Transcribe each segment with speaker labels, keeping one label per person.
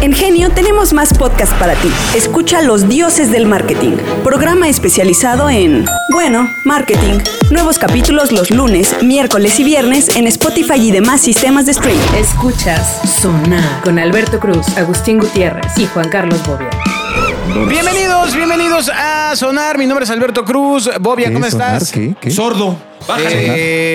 Speaker 1: En Genio tenemos más podcast para ti. Escucha Los Dioses del Marketing, programa especializado en, bueno, marketing. Nuevos capítulos los lunes, miércoles y viernes en Spotify y demás sistemas de streaming.
Speaker 2: Escuchas Sonar con Alberto Cruz, Agustín Gutiérrez y Juan Carlos Bobia.
Speaker 3: Bienvenidos, bienvenidos a Sonar. Mi nombre es Alberto Cruz. Bobia,
Speaker 4: ¿Qué
Speaker 3: ¿cómo
Speaker 4: es Sonar?
Speaker 3: estás?
Speaker 4: ¿Qué? ¿Qué?
Speaker 5: Sordo. Bájale.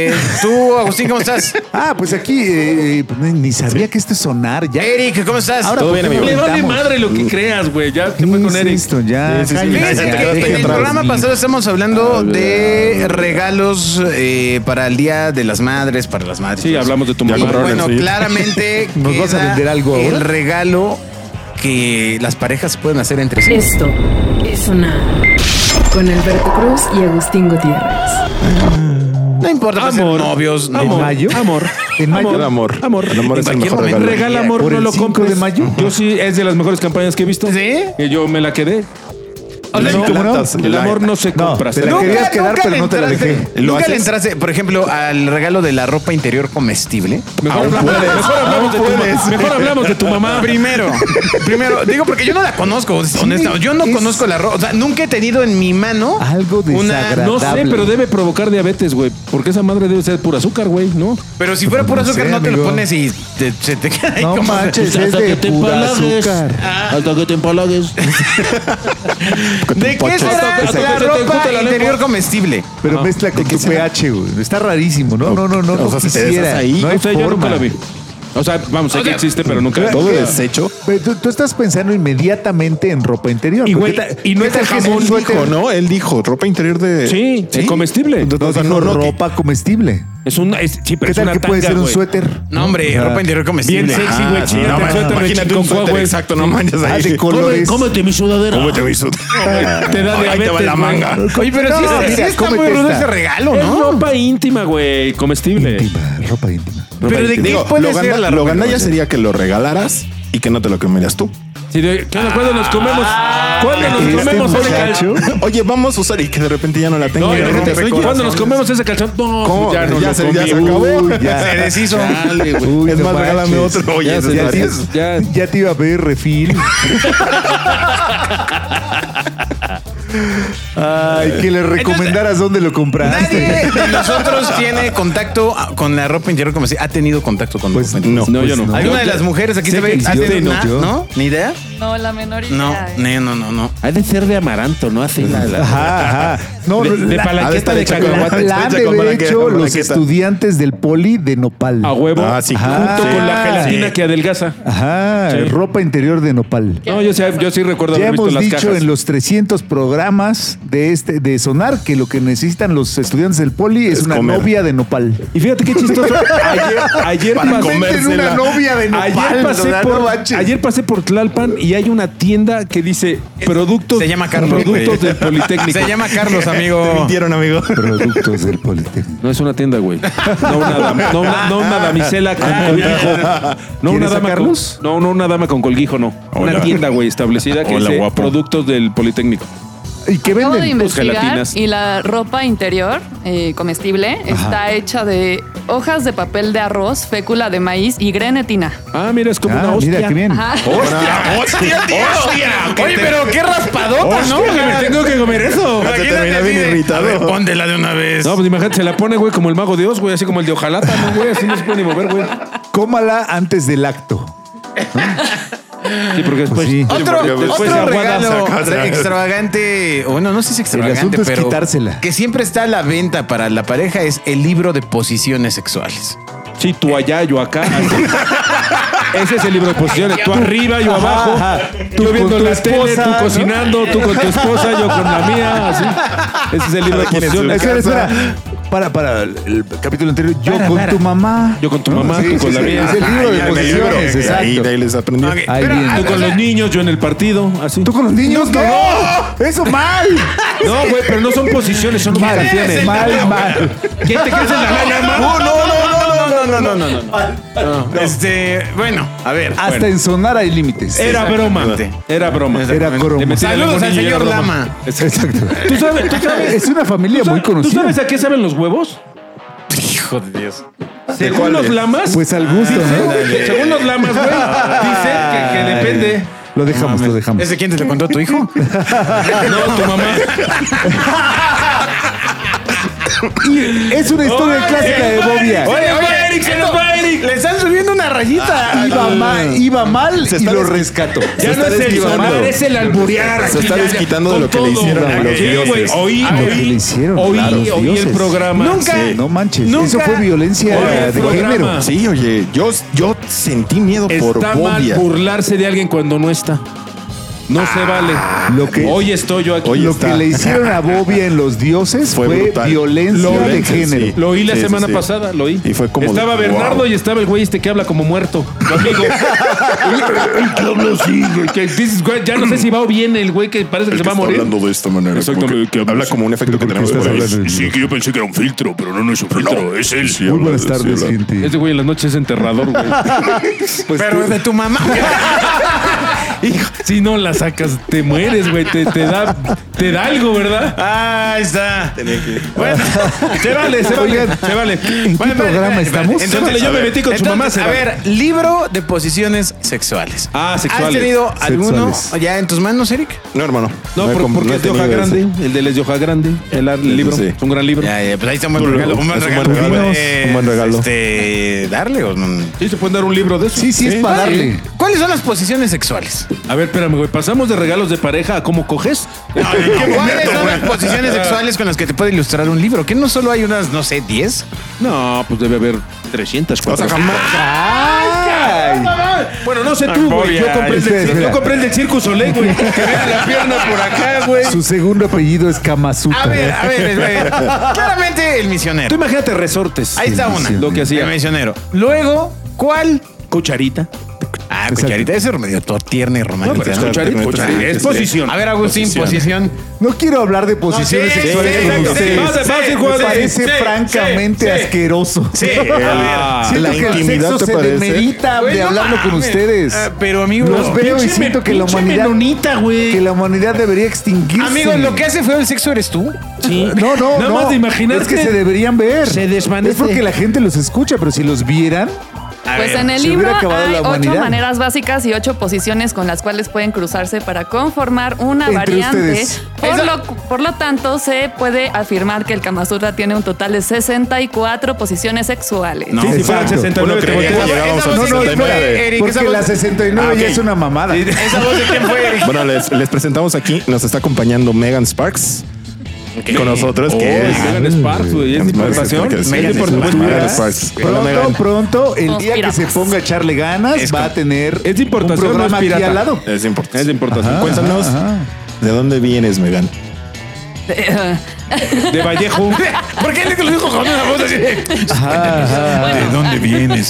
Speaker 3: Eh, tú, Agustín, ¿cómo estás?
Speaker 4: Ah, pues aquí eh, eh, pues, ni sabía que este sonar ya.
Speaker 3: Eric, pues, ¿cómo estás?
Speaker 4: Ahora, ¿por qué
Speaker 5: Le
Speaker 4: lo
Speaker 5: vale
Speaker 4: inventamos?
Speaker 5: madre lo
Speaker 3: Mm.
Speaker 5: que creas, güey. Ya te
Speaker 4: ¿Qué
Speaker 5: fue con
Speaker 4: es
Speaker 5: Eric.
Speaker 4: esto? Ya,
Speaker 5: Sí, sí, sí.
Speaker 4: Jaime,
Speaker 3: Fíjense
Speaker 5: Ya,
Speaker 4: ya,
Speaker 3: que
Speaker 4: deja
Speaker 3: en el
Speaker 4: atrás.
Speaker 3: programa pasado estamos hablando de regalos eh, para el Día de las Madres, para las madres. pues.
Speaker 5: Sí, hablamos de tu mamá.
Speaker 3: Y bueno,
Speaker 5: Sí.
Speaker 3: claramente
Speaker 4: ¿Nos vas a
Speaker 3: queda
Speaker 4: vender algo
Speaker 3: el
Speaker 4: ahora?
Speaker 3: regalo que las parejas pueden hacer entre sí.
Speaker 2: Esto es Sonar con Alberto Cruz y Agustín Gutiérrez.
Speaker 3: No importa, pueden ser
Speaker 5: Amor.
Speaker 3: novios, no.
Speaker 5: Amor.
Speaker 4: ¿En mayo?
Speaker 5: Amor.
Speaker 4: ¿En mayo?
Speaker 5: Amor. Amor. Amor.
Speaker 3: es el mejor regalo.
Speaker 5: Regala amor,
Speaker 4: ¿Por
Speaker 5: no
Speaker 4: el
Speaker 5: lo
Speaker 4: 5 de
Speaker 5: compres.
Speaker 4: mayo?
Speaker 5: Yo sí, es de las mejores campañas que he visto.
Speaker 3: ¿Sí?
Speaker 5: Que yo me la quedé.
Speaker 4: ¿Y
Speaker 5: No,
Speaker 4: cómo no?
Speaker 5: el amor no se
Speaker 4: No,
Speaker 5: compra.
Speaker 4: te
Speaker 5: se
Speaker 4: la
Speaker 5: lo-
Speaker 4: quedé. querías quedar, pero
Speaker 3: le
Speaker 4: no te la
Speaker 3: entraste-
Speaker 4: dejé.
Speaker 5: ¿Lo
Speaker 3: Nunca le
Speaker 5: haces?
Speaker 3: entraste, por ejemplo, al regalo de la ropa interior comestible.
Speaker 5: Mejor hablamos de- mejor hablamos de tu ma- mejor hablamos de tu mamá.
Speaker 3: Primero, primero, digo porque yo no la conozco, honesta, yo no
Speaker 4: es-
Speaker 3: conozco la ropa, o sea, nunca he tenido en mi mano
Speaker 4: Algo desagradable.
Speaker 5: No sé, pero debe provocar diabetes, güey. Porque esa madre debe ser pura azúcar, güey, ¿no?
Speaker 3: Pero si fuera pura
Speaker 4: No
Speaker 3: azúcar
Speaker 4: sé,
Speaker 3: no te lo
Speaker 4: amigo.
Speaker 3: pones y te- se te queda ahí
Speaker 4: No
Speaker 3: como
Speaker 4: manches, es de pura azúcar.
Speaker 5: Hasta que te empalagues.
Speaker 3: ¿De qué será
Speaker 5: Hasta que
Speaker 3: la
Speaker 5: se te
Speaker 3: ropa
Speaker 5: enjute la
Speaker 3: interior
Speaker 5: lengua.
Speaker 3: comestible?
Speaker 4: Pero mezcla con tu pH, güey. Está rarísimo, ¿no? No, no, no. no quisiera. No hay
Speaker 5: o sea, yo nunca
Speaker 4: forma.
Speaker 5: la vi. O sea, vamos, sé
Speaker 3: O
Speaker 5: que
Speaker 3: sea,
Speaker 5: existe, pero nunca.
Speaker 4: todo eh,
Speaker 5: deshecho.
Speaker 4: Pero tú, tú estás pensando inmediatamente en ropa interior.
Speaker 5: Y,
Speaker 4: ¿Qué
Speaker 5: güey,
Speaker 4: tal-
Speaker 5: y no
Speaker 4: qué
Speaker 5: es el
Speaker 4: tal que es
Speaker 5: jamón,
Speaker 4: un suéter?
Speaker 6: Dijo, ¿no? Él dijo, ropa interior de...
Speaker 5: Sí, es comestible.
Speaker 6: No,
Speaker 4: No,
Speaker 6: o sea,
Speaker 4: dijo
Speaker 6: no, no,
Speaker 4: ropa comestible.
Speaker 5: Es un, es, sí, pero
Speaker 4: ¿Qué
Speaker 5: es una
Speaker 4: tal que
Speaker 5: tanga,
Speaker 4: puede ser un
Speaker 5: güey.
Speaker 4: suéter?
Speaker 3: No, hombre,
Speaker 4: Ah.
Speaker 3: ropa interior comestible.
Speaker 5: Bien sexy, güey,
Speaker 3: Ah,
Speaker 5: chingate
Speaker 6: no,
Speaker 5: el
Speaker 6: man,
Speaker 5: suéter de
Speaker 6: imagínate un
Speaker 5: Chincón,
Speaker 6: suéter,
Speaker 5: güey.
Speaker 6: exacto, no manches
Speaker 4: Ah,
Speaker 6: ahí.
Speaker 4: de colores.
Speaker 5: mi sudadera.
Speaker 6: Cómete mi suéter.
Speaker 5: Ah, Te da
Speaker 6: Ahí te va
Speaker 5: diabetes,
Speaker 6: la
Speaker 5: güey.
Speaker 6: manga.
Speaker 3: Oye, pero sí,
Speaker 4: No,
Speaker 3: está- sí
Speaker 4: mira,
Speaker 3: está
Speaker 4: cómete
Speaker 3: muy rudo
Speaker 4: esta.
Speaker 3: ese regalo,
Speaker 5: Es
Speaker 3: ¿no?
Speaker 5: ropa íntima, güey, comestible.
Speaker 4: Íntima, ropa íntima.
Speaker 3: Pero ¿de qué
Speaker 6: Digo,
Speaker 3: puede
Speaker 6: lo
Speaker 3: ser
Speaker 6: ganda-
Speaker 3: la
Speaker 6: lo
Speaker 3: ropa
Speaker 6: ganda ya
Speaker 3: interior?
Speaker 6: sería que lo regalaras y que no te lo comieras tú.
Speaker 5: Sí, de- ¿qué onda? ¿Cuándo nos comemos? ¿Cuándo nos
Speaker 4: Este
Speaker 5: comemos ese
Speaker 4: muchacho.
Speaker 5: calzón?
Speaker 6: Oye, vamos a usar y que de repente ya no la tengo.
Speaker 5: No, y de repente,
Speaker 6: Oye,
Speaker 5: ¿Cuándo nos comemos ese calzón? No, pues
Speaker 6: ¿cómo?
Speaker 5: ya no lo
Speaker 6: se, ya
Speaker 5: comí.
Speaker 6: se acabó.
Speaker 4: Uy, ya.
Speaker 3: Se deshizo.
Speaker 6: Dale, güey.
Speaker 4: Uy,
Speaker 6: es
Speaker 4: no
Speaker 6: más, regálame
Speaker 4: manches.
Speaker 6: otro. Oye,
Speaker 5: Ya
Speaker 6: ese
Speaker 5: se-
Speaker 6: es
Speaker 4: Ya,
Speaker 6: varias.
Speaker 4: te-
Speaker 5: Ya.
Speaker 4: ya te iba a pedir refil. Ay, que le recomendaras dónde lo compraste.
Speaker 3: Nadie de nosotros tiene contacto con la ropa interior como si ha tenido contacto con
Speaker 4: Pues
Speaker 3: ropa interior.
Speaker 6: no.
Speaker 5: No, yo no.
Speaker 3: ¿Alguna de las mujeres aquí
Speaker 5: Sé
Speaker 3: se ve?
Speaker 5: que
Speaker 3: ¿Ha
Speaker 5: yo
Speaker 3: tenido
Speaker 5: no,
Speaker 3: una?
Speaker 4: yo.
Speaker 3: ¿No? ¿Ni idea?
Speaker 7: No, la menor idea.
Speaker 3: No,
Speaker 7: ¿eh?
Speaker 3: no, no, no, no.
Speaker 5: Ha de ser de amaranto, ¿no? Así la, la-
Speaker 4: Ajá, ajá. No,
Speaker 5: De- de
Speaker 4: la-
Speaker 5: palanqueta
Speaker 4: ha estar
Speaker 5: de
Speaker 4: hecha
Speaker 5: cacahuate.
Speaker 4: con- La han
Speaker 6: Hecha
Speaker 4: de
Speaker 6: con
Speaker 4: haber
Speaker 6: palanqueta,
Speaker 4: hecho
Speaker 6: con
Speaker 4: los
Speaker 6: palanqueta.
Speaker 4: estudiantes del poli de nopal.
Speaker 5: a huevo.
Speaker 6: Ah, sí.
Speaker 4: Ajá.
Speaker 5: Junto con la
Speaker 4: Ah,
Speaker 5: gelatina que adelgaza.
Speaker 4: Ajá,
Speaker 5: Sí.
Speaker 4: ropa interior de nopal.
Speaker 5: No, yo sí, yo sí recuerdo
Speaker 4: Ya
Speaker 5: haber visto
Speaker 4: hemos
Speaker 5: las
Speaker 4: dicho
Speaker 5: cajas.
Speaker 4: en los 300 programas de este de Sonar que lo que necesitan los estudiantes del poli es,
Speaker 6: Es
Speaker 4: una
Speaker 6: comer.
Speaker 4: novia de nopal.
Speaker 5: Y fíjate qué chistoso. Ayer, ayer
Speaker 6: Para
Speaker 5: pasé-
Speaker 6: comérsela.
Speaker 4: Venden una novia de nopal,
Speaker 5: Ayer pasé,
Speaker 4: ¿verdad? No
Speaker 5: por,
Speaker 4: manches.
Speaker 5: ayer pasé por Tlalpan y hay una tienda que dice productos,
Speaker 3: Se llama Carlos,
Speaker 5: productos
Speaker 3: güey.
Speaker 5: del Politécnico.
Speaker 3: Se llama Carlos,
Speaker 6: Te
Speaker 3: amigo.
Speaker 6: mintieron, amigo.
Speaker 4: Productos del Politécnico.
Speaker 5: No es una tienda, güey. No una dama, no una, no una damisela con colguijo. No una
Speaker 4: ¿Quieres a
Speaker 5: dama
Speaker 4: Carlos?
Speaker 5: Con, no, no una dama con colguijo, no. Una
Speaker 6: Hola.
Speaker 5: tienda, güey, establecida que
Speaker 6: Hola,
Speaker 5: dice
Speaker 6: guapo.
Speaker 5: productos del Politécnico.
Speaker 4: ¿Y qué
Speaker 7: Acabo de
Speaker 4: venden?
Speaker 5: Pues
Speaker 7: investigar
Speaker 5: gelatinas.
Speaker 7: y la ropa interior eh, comestible está hecha de hojas de papel de arroz, fécula de maíz y grenetina.
Speaker 5: Ah, mira, es como
Speaker 4: Ah,
Speaker 5: una hostia.
Speaker 4: mira, qué bien.
Speaker 6: ¡Hostia! ¡Hostia, tío!
Speaker 3: Ah, Oye, pero qué raspadota, ¿no?
Speaker 5: Hostia, que me tengo que comer eso.
Speaker 6: Hasta
Speaker 3: Imagínate
Speaker 6: termina
Speaker 3: así
Speaker 6: bien
Speaker 3: de,
Speaker 6: irritado.
Speaker 3: a ver, póntela de una vez.
Speaker 5: No, pues imagínate, se la pone, güey, como el mago Dios, güey, así como el de Ojalata, ¿no, güey? Así no se puede ni mover, güey.
Speaker 4: Cómala antes del acto.
Speaker 5: Sí, porque después.
Speaker 4: Pues sí.
Speaker 3: Otro,
Speaker 6: Después
Speaker 3: otro
Speaker 6: se aguada,
Speaker 3: regalo
Speaker 6: se acaba, se acaba.
Speaker 3: extravagante, o bueno, no sé si extravagante,
Speaker 4: asunto es
Speaker 3: pero
Speaker 4: quitársela.
Speaker 3: que siempre está a la venta para la pareja es el libro de posiciones sexuales.
Speaker 5: Sí, tú allá, yo acá. Ese es el libro de posiciones. Tú arriba, yo abajo. Tú viendo
Speaker 4: tu
Speaker 5: la tele,
Speaker 4: esposa,
Speaker 5: tú
Speaker 4: ¿no?
Speaker 5: cocinando, tú con tu esposa, yo con la mía. así. Ese Ah, es el libro de
Speaker 6: ¿Quién es
Speaker 5: posiciones.
Speaker 4: Espera, espera. Para, para el, el capítulo anterior. Yo con tu mamá.
Speaker 5: Yo con tu mamá,
Speaker 4: Sí,
Speaker 5: tú con
Speaker 8: Pues
Speaker 4: sí,
Speaker 5: la
Speaker 4: sí,
Speaker 5: mía.
Speaker 4: Es el libro
Speaker 6: Ahí,
Speaker 4: de
Speaker 6: ahí,
Speaker 4: posiciones,
Speaker 6: ahí, Ahí
Speaker 4: exacto.
Speaker 6: de ahí les aprendí.
Speaker 3: Ok,
Speaker 4: Ahí
Speaker 3: pero,
Speaker 4: viene.
Speaker 3: ah,
Speaker 5: Tú con los niños, yo en el partido. Así.
Speaker 4: ¿Tú con los niños? ¡No! ¡Eso mal!
Speaker 5: No, güey, pero no son posiciones, son
Speaker 4: Mal,
Speaker 5: ubicaciones.
Speaker 4: mal, mal.
Speaker 5: ¿Qué te crees en la lana,
Speaker 3: No, no, no, no, no, no, no, no, no, no. Este, bueno, a ver.
Speaker 4: Hasta en sonar hay límites.
Speaker 3: Eh,
Speaker 5: Era broma. Era broma.
Speaker 4: Era cromo.
Speaker 5: Te metí la
Speaker 3: Saludos
Speaker 5: lengua en
Speaker 3: al
Speaker 5: el
Speaker 3: señor
Speaker 5: hierro,
Speaker 3: Lama.
Speaker 5: Roma. Exacto.
Speaker 4: Exacto.
Speaker 5: ¿Tú sabes, tú sabes,
Speaker 4: Es una familia
Speaker 5: tú
Speaker 4: muy
Speaker 5: sabes- ¿Tú
Speaker 4: conocida.
Speaker 5: sabes a qué saben los huevos?
Speaker 3: Hijo de Dios.
Speaker 5: Según los lamas,
Speaker 4: Pues al gusto, ¿no?
Speaker 5: Ah. según los lamas, güey, dicen que, que Depende.
Speaker 4: Lo dejamos, lo dejamos.
Speaker 3: ¿Ese quién te lo contó tu hijo?
Speaker 5: No, tu mamá.
Speaker 4: Y es una historia clásica de Bobia.
Speaker 3: Oye, oye, Eric, se nos va Eric. Le están subiendo una rayita.
Speaker 4: Iba mal, iba mal
Speaker 6: Se
Speaker 4: y
Speaker 6: está
Speaker 4: lo
Speaker 6: des-
Speaker 4: rescato.
Speaker 6: Se
Speaker 5: Ya no
Speaker 6: está
Speaker 5: es el
Speaker 6: desquitando.
Speaker 5: sonar, es el alburear.
Speaker 6: Se está
Speaker 5: aquí, ya,
Speaker 6: desquitando de
Speaker 5: con
Speaker 6: lo que le
Speaker 5: todo.
Speaker 6: hicieron a los
Speaker 5: Sí, güey,
Speaker 6: dioses.
Speaker 5: Oí,
Speaker 4: A lo que le
Speaker 5: oí,
Speaker 4: hicieron,
Speaker 5: oí,
Speaker 4: claro, los
Speaker 5: oí el
Speaker 4: dioses.
Speaker 5: programa.
Speaker 3: Nunca.
Speaker 5: Sí.
Speaker 4: No manches,
Speaker 3: Nunca-
Speaker 4: eso fue violencia de
Speaker 5: Oye, programa.
Speaker 4: género.
Speaker 6: Sí, oye, yo, yo sentí miedo por
Speaker 5: Ah. Está mal
Speaker 6: Bobia.
Speaker 5: burlarse de alguien cuando no está. No se vale.
Speaker 4: lo que-
Speaker 5: Hoy estoy yo aquí.
Speaker 6: Oye,
Speaker 4: Lo
Speaker 6: está.
Speaker 4: que le hicieron a Bobia en los dioses
Speaker 6: Fue
Speaker 4: fue,
Speaker 6: brutal.
Speaker 4: violencia
Speaker 5: Lo-
Speaker 4: de
Speaker 6: sí.
Speaker 4: género.
Speaker 5: Lo oí la
Speaker 6: Sí, sí,
Speaker 5: semana
Speaker 6: sí.
Speaker 5: pasada, lo oí.
Speaker 6: Y fue como de,
Speaker 5: Estaba Bernardo
Speaker 6: wow.
Speaker 5: y estaba el güey este que habla como muerto. Tu amigo. Que dices, güey, ya no sé si va o viene el güey que parece que se
Speaker 8: El que
Speaker 5: va a
Speaker 8: está
Speaker 5: morir.
Speaker 8: hablando de esta manera.
Speaker 5: Exactamente.
Speaker 8: como que habla como un efecto que tenemos.
Speaker 4: estás hablando de-
Speaker 8: Sí, que yo pensé que era un filtro, pero no, no es un filtro, es él.
Speaker 4: Muy buenas tardes, gente.
Speaker 5: Este güey en las noches es enterrador, güey.
Speaker 3: Pero es de tu mamá.
Speaker 5: Hijo, si no la sacas, te mueres, güey. Te, te da, te da algo, ¿verdad?
Speaker 3: Ahí está. Bueno,
Speaker 5: Se vale, se vale. se vale.
Speaker 4: ¿En qué
Speaker 3: Bueno,
Speaker 4: programa
Speaker 3: espérate, espérate.
Speaker 4: estamos?
Speaker 5: Entonces, yo me metí con su
Speaker 3: entonces,
Speaker 5: mamá. se
Speaker 3: A
Speaker 5: vale.
Speaker 3: ver, libro de posiciones sexuales.
Speaker 5: Ah, sexuales.
Speaker 3: ¿Has tenido alguno
Speaker 4: Sexuales.
Speaker 3: ya en tus manos, Eric?
Speaker 6: No, hermano.
Speaker 5: No,
Speaker 6: he
Speaker 5: por-
Speaker 6: comp-
Speaker 5: porque
Speaker 6: no he
Speaker 5: es de hoja
Speaker 6: tenido ese.
Speaker 5: grande. El de Les de hoja grande. El, ar- el libro.
Speaker 6: Sí.
Speaker 5: Es un gran libro.
Speaker 3: Ya, ya, pues ahí está un buen
Speaker 6: Tú lo-
Speaker 3: regalo. Un buen
Speaker 6: es un
Speaker 3: regalo.
Speaker 6: buen regalo.
Speaker 3: Puedes,
Speaker 6: Un buen regalo.
Speaker 3: Este, darle o no.
Speaker 5: Sí, se pueden dar un libro de eso. ¿Eh?
Speaker 4: Sí, sí, es para darle.
Speaker 3: ¿Cuáles son las posiciones sexuales?
Speaker 5: A ver, espérame, güey. Pasamos de regalos de pareja a cómo coges.
Speaker 3: ¿Cuáles son las posiciones sexuales con las que te puede ilustrar un libro? Que no solo hay unas, no sé, 10.
Speaker 5: No, pues debe haber 300,
Speaker 6: O sea,
Speaker 5: 400.
Speaker 6: jamás.
Speaker 5: Bueno, no sé tú, güey. Yo compré el
Speaker 4: Espera,
Speaker 5: del-
Speaker 4: espera.
Speaker 5: yo compré el del Circo Soleil, güey. Que vean la pierna por acá, güey.
Speaker 4: Su segundo apellido es Kamasutra.
Speaker 3: A ver, a ver, a ver. Claramente el
Speaker 5: Tú
Speaker 3: misionero.
Speaker 5: imagínate resortes.
Speaker 3: Ahí está una.
Speaker 5: Lo que
Speaker 3: El
Speaker 5: hacía.
Speaker 3: misionero. Luego, ¿cuál?
Speaker 5: Cucharita.
Speaker 3: Ah, cucharita. Ese es medio todo tierno y romántico.
Speaker 5: pero es Pues
Speaker 3: ¿no?
Speaker 5: cucharita, cucharita. Es posición.
Speaker 3: A ver, Agustín, posición.
Speaker 4: No quiero hablar de posiciones
Speaker 3: sí,
Speaker 4: sexuales
Speaker 3: sí,
Speaker 4: con
Speaker 3: sí,
Speaker 4: ustedes.
Speaker 3: sí,
Speaker 5: sí, sí,
Speaker 4: Me
Speaker 5: sí,
Speaker 4: parece
Speaker 5: sí,
Speaker 4: francamente
Speaker 5: sí, sí.
Speaker 4: asqueroso.
Speaker 3: Sí. a ver.
Speaker 5: Ah,
Speaker 4: Siento
Speaker 6: la
Speaker 4: que el
Speaker 6: intimidad
Speaker 4: sexo
Speaker 6: te
Speaker 4: se
Speaker 6: parece.
Speaker 4: demerita
Speaker 3: Güey,
Speaker 4: de
Speaker 3: no
Speaker 4: hablarlo con
Speaker 3: mames.
Speaker 4: ustedes.
Speaker 3: Ah, pero amigo,
Speaker 4: Los veo y siento que la humanidad que la humanidad debería extinguirse.
Speaker 3: Amigo, lo que hace feo el sexo eres tú.
Speaker 4: No, no,
Speaker 5: Nada
Speaker 4: no.
Speaker 5: más de imaginarte.
Speaker 4: Es que se deberían ver.
Speaker 5: Se desvanece.
Speaker 4: Es porque la gente los escucha, pero si los vieran,
Speaker 7: Pues
Speaker 3: ver,
Speaker 7: en el
Speaker 4: se
Speaker 7: libro
Speaker 4: hubiera acabado
Speaker 7: hay
Speaker 4: la
Speaker 7: ocho
Speaker 4: humanidad.
Speaker 7: maneras básicas y ocho posiciones con las cuales pueden cruzarse para conformar una
Speaker 4: Entre
Speaker 7: variante.
Speaker 4: ustedes.
Speaker 7: Por
Speaker 3: Esa-
Speaker 7: lo, por lo tanto, se puede afirmar que el Kama Sutra tiene un total de 64 posiciones sexuales.
Speaker 5: Sí, si fueran
Speaker 4: Exacto.
Speaker 5: 69,
Speaker 6: Uno
Speaker 5: te
Speaker 6: creería que
Speaker 5: volteas.
Speaker 6: llegaba- Llegábamos
Speaker 3: Esa
Speaker 6: al
Speaker 3: voz
Speaker 4: no,
Speaker 3: de
Speaker 4: no,
Speaker 3: quién fue,
Speaker 6: 69.
Speaker 3: Eric,
Speaker 4: porque
Speaker 3: esa voz-
Speaker 4: la 69
Speaker 6: Ah,
Speaker 4: ya
Speaker 6: ok.
Speaker 4: es una mamada.
Speaker 3: esa voz de quién fue, Eric.
Speaker 6: Bueno, les, les presentamos aquí. Nos está acompañando Megan Sparks. Con nosotros, que es.
Speaker 5: Oh, Megan Sparks, güey. Es mi
Speaker 6: Megan
Speaker 5: pasión.
Speaker 6: Sparks,
Speaker 5: Megan
Speaker 6: es
Speaker 5: por
Speaker 6: una
Speaker 5: supuesto.
Speaker 6: madre pues, de
Speaker 5: Sparks.
Speaker 6: Sparks. Hola,
Speaker 4: Pronto,
Speaker 6: Megan.
Speaker 4: pronto, el día que
Speaker 7: Conspiramos.
Speaker 4: se ponga a echarle ganas, va a tener
Speaker 5: Es de importación,
Speaker 4: un programa
Speaker 5: no es
Speaker 4: aquí
Speaker 5: pirata.
Speaker 4: al lado.
Speaker 6: Es importante.
Speaker 5: Es de importación.
Speaker 6: Cuéntanos, ¿de dónde vienes, Megan?
Speaker 5: De Vallejo.
Speaker 3: ¿Por qué le lo dijo con una voz así? Ah,
Speaker 4: Ah,
Speaker 8: ¿De dónde vienes?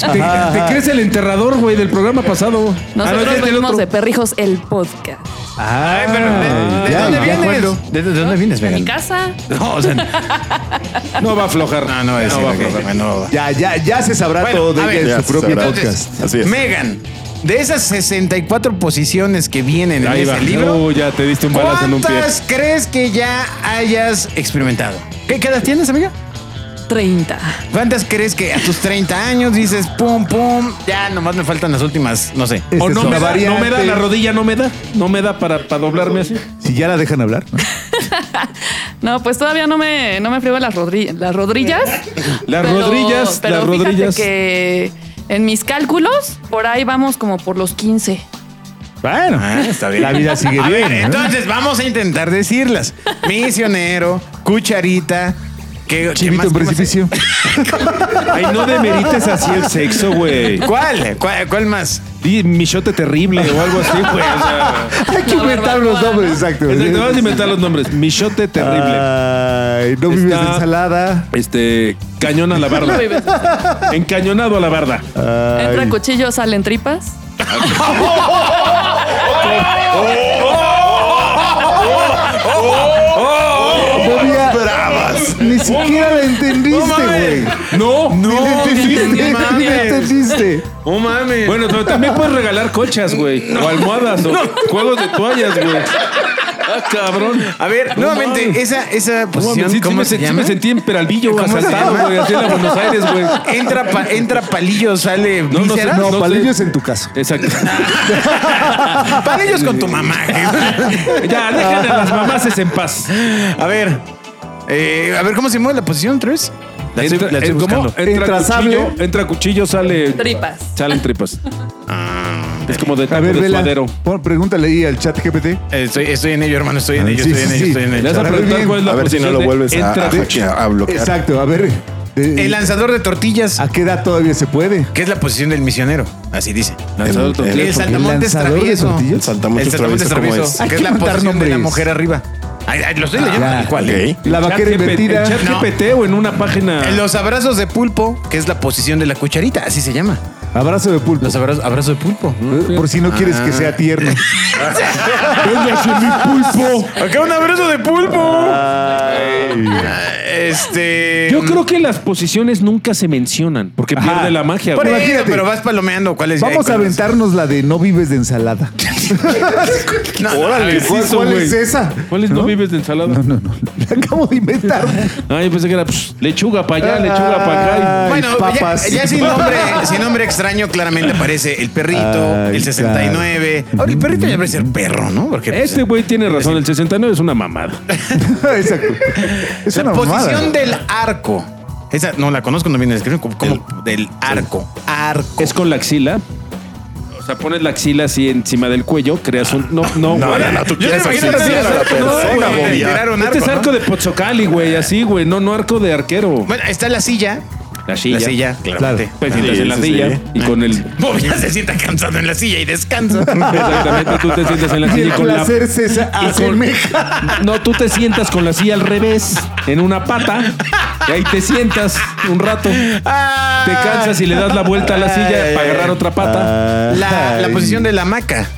Speaker 5: Te, te crees el enterrador, güey, del programa pasado.
Speaker 7: Nosotros
Speaker 5: Ah, no, es del
Speaker 7: venimos
Speaker 5: otro.
Speaker 7: de Perrijos el podcast.
Speaker 3: Ay, pero ¿de, de
Speaker 4: ya,
Speaker 3: dónde
Speaker 4: ya acuerdo.
Speaker 3: vienes? ¿De, de dónde vienes,
Speaker 7: De mi
Speaker 3: Megan?
Speaker 7: casa.
Speaker 3: No, o sea, no,
Speaker 5: No va a aflojar.
Speaker 3: no, no, es
Speaker 5: va a
Speaker 3: ok,
Speaker 5: aflojar.
Speaker 3: no va.
Speaker 4: Ya, ya, ya se sabrá
Speaker 3: Bueno,
Speaker 4: todo de
Speaker 3: a
Speaker 4: ella
Speaker 3: ver,
Speaker 4: en
Speaker 6: ya
Speaker 4: su
Speaker 6: se
Speaker 4: propio
Speaker 6: sabrá.
Speaker 4: podcast.
Speaker 6: Así es.
Speaker 3: Megan, de esas 64 posiciones que vienen en
Speaker 5: Ahí va.
Speaker 3: ese libro,
Speaker 5: No, ya te diste un balazo en un pie. Este
Speaker 3: ¿Cuántas crees que ya hayas experimentado? ¿Qué, qué edad tienes, amiga?
Speaker 7: 30.
Speaker 3: ¿Cuántas crees que a tus 30 años dices pum, pum? Ya nomás me faltan las últimas, no sé.
Speaker 4: Esta
Speaker 5: O
Speaker 4: es
Speaker 5: no
Speaker 4: una
Speaker 5: me, da, no me da,
Speaker 4: variante.
Speaker 5: la rodilla no me da. No me da para, para doblarme así.
Speaker 4: Si ya la dejan hablar. ¿no?
Speaker 7: No, pues todavía no me, no me frío las, rodri- las rodrillas.
Speaker 5: Las
Speaker 7: Pero-
Speaker 5: rodrillas,
Speaker 7: pero fíjate
Speaker 5: las rodrillas.
Speaker 7: que en mis cálculos, por ahí vamos como por los 15.
Speaker 4: Bueno,
Speaker 6: Ah,
Speaker 3: está bien.
Speaker 4: la vida sigue
Speaker 3: A ver,
Speaker 4: bien. ¿no?
Speaker 3: entonces vamos a intentar decirlas. Misionero, cucharita, que
Speaker 4: Chivito en precipicio.
Speaker 5: Ay, no demerites así el sexo, güey.
Speaker 3: ¿Cuál? ¿Cuál, cuál más?
Speaker 5: Di michote terrible o algo así, güey. O sea,
Speaker 4: Hay que
Speaker 7: La
Speaker 4: inventar los
Speaker 7: barbacoa,
Speaker 4: nombres,
Speaker 7: ¿no?
Speaker 4: exacto.
Speaker 5: exacto, vamos a inventar los nombres. Ah. Michote terrible.
Speaker 4: Ay, no vives de
Speaker 5: Está-
Speaker 4: ensalada.
Speaker 5: Este, cañón a la barda. Encañonado a la barda.
Speaker 7: Entra cuchillo, salen tripas.
Speaker 4: Bobia, Ni siquiera la entendiste, güey.
Speaker 5: No,
Speaker 4: Ni la entendiste,
Speaker 3: no
Speaker 4: ni la
Speaker 3: mames.
Speaker 4: entendiste.
Speaker 3: No mames.
Speaker 5: Bueno, pero también puedes regalar cochas, güey. O almohadas, o juegos de toallas, güey. Ah, cabrón.
Speaker 3: A ver, nuevamente, eh,
Speaker 5: mames.
Speaker 3: esa, esa
Speaker 5: No mames,
Speaker 3: posición,
Speaker 5: sí, sí
Speaker 3: ¿cómo
Speaker 5: me,
Speaker 3: se
Speaker 5: sentí- sí
Speaker 3: llama?
Speaker 5: me sentí en Peralvillo,
Speaker 3: ¿Cómo se
Speaker 5: asaltado,
Speaker 3: llama?
Speaker 5: güey, así en la Buenos Aires, güey.
Speaker 3: Entra, pa- entra palillo, sale
Speaker 5: no sé,
Speaker 3: vísceras.
Speaker 5: no,
Speaker 4: No,
Speaker 5: sé.
Speaker 4: palillos en tu caso.
Speaker 5: Exacto.
Speaker 3: palillos con tu mamá. ¿eh?
Speaker 5: Ya, dejen a las mamases en paz.
Speaker 3: A ver, eh, a ver, ¿cómo se mueve la posición, tres? La estoy-
Speaker 5: Entra,
Speaker 3: la estoy
Speaker 5: eh, ¿cómo?
Speaker 3: buscando.
Speaker 5: Entra
Speaker 4: Entra sable.
Speaker 5: cuchillo, entra cuchillo, sale.
Speaker 7: Tripas.
Speaker 5: Salen tripas. es como de
Speaker 4: A
Speaker 5: taco
Speaker 4: ver,
Speaker 5: de
Speaker 4: vela.
Speaker 5: suadero.
Speaker 4: pon- Pregúntale ahí al chat GPT.
Speaker 3: Eh, Estoy, estoy en ello, hermano, estoy en
Speaker 4: Ah,
Speaker 3: ello,
Speaker 4: sí,
Speaker 3: estoy en
Speaker 4: sí,
Speaker 3: ello,
Speaker 4: sí.
Speaker 3: estoy en
Speaker 5: Le
Speaker 3: ello.
Speaker 5: vas a
Speaker 4: A ver,
Speaker 5: preguntar
Speaker 4: bien.
Speaker 5: cuál es la
Speaker 6: A ver si no
Speaker 5: posición
Speaker 6: lo
Speaker 5: de
Speaker 6: vuelves a,
Speaker 5: entra
Speaker 6: a
Speaker 5: de-
Speaker 6: hackear, a bloquear.
Speaker 4: Exacto, a ver. de-
Speaker 3: El lanzador de tortillas,
Speaker 4: ¿A qué edad todavía se puede?
Speaker 3: que es la posición del misionero, así dice.
Speaker 5: Lanzador de
Speaker 3: El,
Speaker 5: tortillas.
Speaker 3: saltamontes
Speaker 4: lanzador de
Speaker 3: travieso.
Speaker 4: tortillas?
Speaker 6: El saltamontes
Speaker 3: El saltamontes
Speaker 6: travieso, ¿cómo
Speaker 3: travieso,
Speaker 6: es?
Speaker 4: Hay
Speaker 3: que Ah, es
Speaker 4: que
Speaker 3: la
Speaker 4: inventar
Speaker 3: posición de la
Speaker 4: nombres.
Speaker 3: mujer arriba. Ay, ay, lo estoy leyendo
Speaker 4: ya.
Speaker 3: tal cual.
Speaker 6: Ok.
Speaker 4: La vaquera
Speaker 5: Chat GPT,
Speaker 4: invertida.
Speaker 5: el Chat
Speaker 3: No.
Speaker 5: GPT o en una página.
Speaker 3: En Los abrazos de pulpo, que es la posición de la cucharita, así se llama.
Speaker 4: Abrazo de pulpo.
Speaker 3: Los abrazos, abrazo de pulpo.
Speaker 4: Eh, Por si no quieres que sea tierno.
Speaker 5: pulpo.
Speaker 3: Acá un abrazo de pulpo. Este.
Speaker 5: Yo creo que las posiciones nunca se mencionan porque
Speaker 4: Ajá.
Speaker 5: pierde la magia.
Speaker 3: Por
Speaker 5: güey.
Speaker 3: eso,
Speaker 4: Imagínate.
Speaker 3: pero vas palomeando cuál es.
Speaker 4: Vamos a
Speaker 3: cuál es.
Speaker 4: aventarnos la de no vives de ensalada.
Speaker 3: No, no, a ver,
Speaker 4: ¿Cuál,
Speaker 5: eso,
Speaker 4: cuál
Speaker 5: güey.
Speaker 4: es esa?
Speaker 5: ¿Cuáles no vives de ensalada?
Speaker 4: No, no, no. La acabo de inventar.
Speaker 5: Ah, yo pensé que era pues, lechuga para allá, lechuga para acá.
Speaker 4: Ay,
Speaker 3: Bueno, ya,
Speaker 4: papas.
Speaker 3: ya sin nombre, sin nombre extraño, claramente aparece el perrito,
Speaker 4: Ay,
Speaker 3: el 69. Ahora, el perrito ya debería ser perro, ¿no? Porque. pues,
Speaker 5: Este güey tiene razón, el 69 es una mamada.
Speaker 4: Exacto. Es
Speaker 3: La
Speaker 4: una
Speaker 3: posición
Speaker 4: mamada.
Speaker 3: del arco. Esa no la conozco, no viene descrito como, como del arco. Arco.
Speaker 5: Es con la axila. O sea, pones la axila así encima del cuello, creas un. No, no,
Speaker 6: No,
Speaker 5: güey.
Speaker 6: no,
Speaker 3: Ah,
Speaker 6: no, tú quieres
Speaker 3: imagino
Speaker 6: asfixiar
Speaker 3: que
Speaker 6: a la
Speaker 3: sí, no,
Speaker 6: persona,
Speaker 3: güey.
Speaker 6: Bobia.
Speaker 3: Tirar un
Speaker 5: Este es
Speaker 3: arco,
Speaker 5: arco de Pozzocali, güey, así, güey. No, no arco de arquero.
Speaker 3: Bueno, está la silla.
Speaker 5: La silla.
Speaker 3: La silla, claramente.
Speaker 5: Pues sientas
Speaker 6: Sí,
Speaker 5: en la
Speaker 6: sí,
Speaker 5: silla
Speaker 6: sí.
Speaker 5: y con el.
Speaker 3: Bob ya se sienta cansado en la silla y descansa.
Speaker 5: Exactamente, tú te sientas en la
Speaker 4: Y
Speaker 5: silla
Speaker 4: el
Speaker 5: y con la.
Speaker 4: placer se asemeja.
Speaker 5: No, tú te sientas con la silla al revés, en una pata, y ahí te sientas un rato. Te cansas y le das la vuelta a la silla para agarrar otra
Speaker 6: Ah.
Speaker 5: pata.
Speaker 3: La, la
Speaker 4: Ay.
Speaker 3: posición de la hamaca.